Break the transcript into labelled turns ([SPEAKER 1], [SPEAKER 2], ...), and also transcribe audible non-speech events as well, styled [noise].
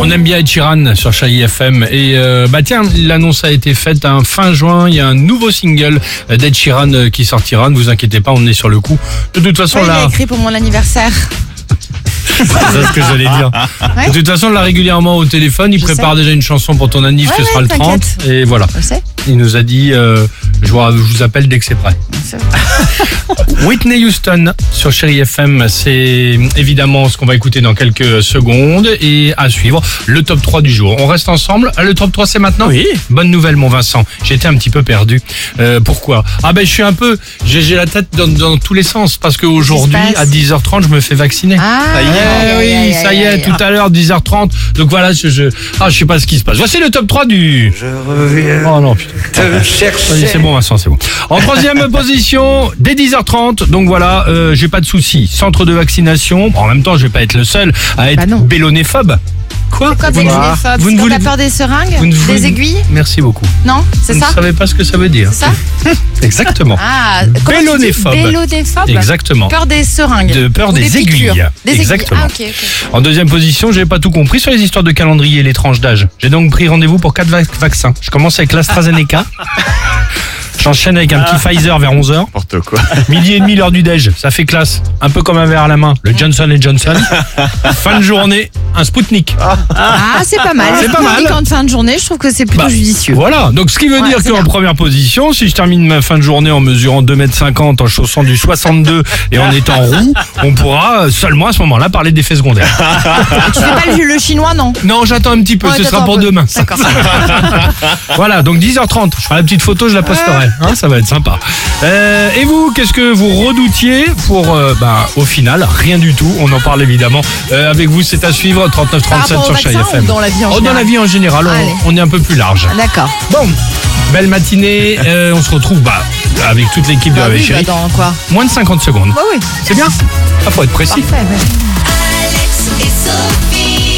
[SPEAKER 1] On aime bien Ed Sheeran sur Chai FM et euh, bah tiens, l'annonce a été faite hein, fin juin, il y a un nouveau single d'Ed Sheeran euh, qui sortira, ne vous inquiétez pas, on est sur le coup. De toute façon
[SPEAKER 2] Ouais, il a
[SPEAKER 1] là,
[SPEAKER 2] écrit pour mon anniversaire.
[SPEAKER 1] [laughs] c'est ce que j'allais dire.
[SPEAKER 2] Ouais.
[SPEAKER 1] De toute façon là régulièrement au téléphone, il
[SPEAKER 2] Je
[SPEAKER 1] prépare déjà une chanson pour ton anniv
[SPEAKER 2] Ouais,
[SPEAKER 1] ce sera
[SPEAKER 2] ouais,
[SPEAKER 1] le 30
[SPEAKER 2] t'inquiète.
[SPEAKER 1] et voilà.
[SPEAKER 2] Je le sais.
[SPEAKER 1] Il nous a dit euh, je, vous, je vous appelle dès que c'est prêt.
[SPEAKER 2] sûr.
[SPEAKER 1] [laughs] Whitney Houston sur Chéri FM, c'est évidemment ce qu'on va écouter dans quelques secondes et à suivre le top 3 du jour. On reste ensemble. Ah, Le top 3 c'est maintenant
[SPEAKER 3] Oui.
[SPEAKER 1] Bonne nouvelle mon Vincent, j'étais un petit peu perdu. Euh, pourquoi Ah ben je suis un peu, j'ai j'ai la tête dans, dans tous les sens parce qu'aujourd'hui
[SPEAKER 2] Qu'est-ce qui se
[SPEAKER 1] à
[SPEAKER 2] passe
[SPEAKER 1] 10h30 je me fais vacciner.
[SPEAKER 2] Ah,
[SPEAKER 3] Ça y est.
[SPEAKER 1] Eh oui, ça y est, tout à l'heure, 10h30. Donc voilà, je, je, ah, je sais pas ce qui se passe. Voici le top 3 du...
[SPEAKER 4] Je reviens
[SPEAKER 1] Oh non, putain.
[SPEAKER 4] te
[SPEAKER 1] Oui,
[SPEAKER 4] chercher.
[SPEAKER 1] c'est bon Vincent, c'est bon. En
[SPEAKER 2] [laughs]
[SPEAKER 1] troisième position, dès 10h30, donc voilà, euh, j'ai pas de soucis. Centre de vaccination, Bon, en même temps je vais pas être le seul à être
[SPEAKER 2] Bah non.
[SPEAKER 1] bélonéphobe. Quoi
[SPEAKER 2] Pourquoi
[SPEAKER 1] Vous
[SPEAKER 2] t'es
[SPEAKER 1] ne-
[SPEAKER 2] xénophobe
[SPEAKER 1] Vous ne
[SPEAKER 2] Quand
[SPEAKER 1] voulez...
[SPEAKER 2] t'as peur des seringues
[SPEAKER 1] vous ne voulez-
[SPEAKER 2] Des aiguilles
[SPEAKER 1] Merci beaucoup.
[SPEAKER 2] Non C'est
[SPEAKER 1] Vous
[SPEAKER 2] ça
[SPEAKER 1] ne savez pas ce que ça veut dire.
[SPEAKER 2] C'est ça
[SPEAKER 1] Exactement.
[SPEAKER 2] Ah, comment tu dis
[SPEAKER 1] Bélonéphobe.
[SPEAKER 2] Bélonéphobe
[SPEAKER 1] Exactement.
[SPEAKER 2] Peur des seringues.
[SPEAKER 1] De peur
[SPEAKER 2] Ou
[SPEAKER 1] des
[SPEAKER 2] piqûres.
[SPEAKER 1] aiguilles.
[SPEAKER 2] Des aiguilles.
[SPEAKER 1] Exactement.
[SPEAKER 2] Ah, ok, ok.
[SPEAKER 1] En deuxième position, j'ai pas tout compris sur les histoires de calendrier et les tranches d'âge. J'ai donc pris rendez-vous pour quatre vac- vaccins. Je commence avec
[SPEAKER 2] [laughs]
[SPEAKER 1] l'AstraZeneca. J'enchaîne avec un petit
[SPEAKER 2] Ah.
[SPEAKER 1] Pfizer vers 11h.
[SPEAKER 3] N'importe quoi.
[SPEAKER 1] Midi et demi, l'heure du déj, ça fait classe. Un peu comme un verre à la main, le Johnson Johnson. fin de journée, un Spoutnik.
[SPEAKER 2] Ah, c'est pas mal.
[SPEAKER 1] C'est pas mal.
[SPEAKER 2] En fin de journée, je trouve que c'est plutôt
[SPEAKER 1] Bah,
[SPEAKER 2] judicieux.
[SPEAKER 1] Voilà, donc ce qui veut
[SPEAKER 2] Ouais,
[SPEAKER 1] dire
[SPEAKER 2] c'est
[SPEAKER 1] qu'en
[SPEAKER 2] bien.
[SPEAKER 1] première position, si je termine ma fin de journée en mesurant 2m50, en chaussant du 62 et en étant roux, on pourra seulement à ce moment-là parler d'effets secondaires.
[SPEAKER 2] [laughs] Tu fais pas le, le chinois, non
[SPEAKER 1] Non, j'attends un petit peu,
[SPEAKER 2] Ouais,
[SPEAKER 1] ce sera
[SPEAKER 2] t'attends
[SPEAKER 1] pour
[SPEAKER 2] un peu.
[SPEAKER 1] demain. ça.
[SPEAKER 2] D'accord.
[SPEAKER 1] [laughs] Voilà, donc 10h30, je ferai la petite photo, je la posterai. hein, ça va être sympa. Euh, et vous, qu'est-ce que vous redoutiez pour, euh, bah, au final, rien du tout. On en parle évidemment euh, avec vous. C'est à suivre 3937
[SPEAKER 2] rapport
[SPEAKER 1] sur
[SPEAKER 2] au
[SPEAKER 1] Chai
[SPEAKER 2] vaccin
[SPEAKER 1] FM.
[SPEAKER 2] ou dans la vie en
[SPEAKER 1] Oh, dans la
[SPEAKER 2] général
[SPEAKER 1] vie en général, on-
[SPEAKER 2] Allez.
[SPEAKER 1] on, est un peu plus large.
[SPEAKER 2] D'accord.
[SPEAKER 1] Bon, belle matinée. euh, on se retrouve bah, avec toute l'équipe de
[SPEAKER 2] Bah
[SPEAKER 1] la
[SPEAKER 2] oui, bah
[SPEAKER 1] Ah Chérie. Ah
[SPEAKER 2] dans quoi
[SPEAKER 1] Moins de 50 secondes.
[SPEAKER 2] Bah oui,
[SPEAKER 1] C'est bien. Ah, faut être précis.
[SPEAKER 2] parfait. ouais.
[SPEAKER 5] Alex et Sophie.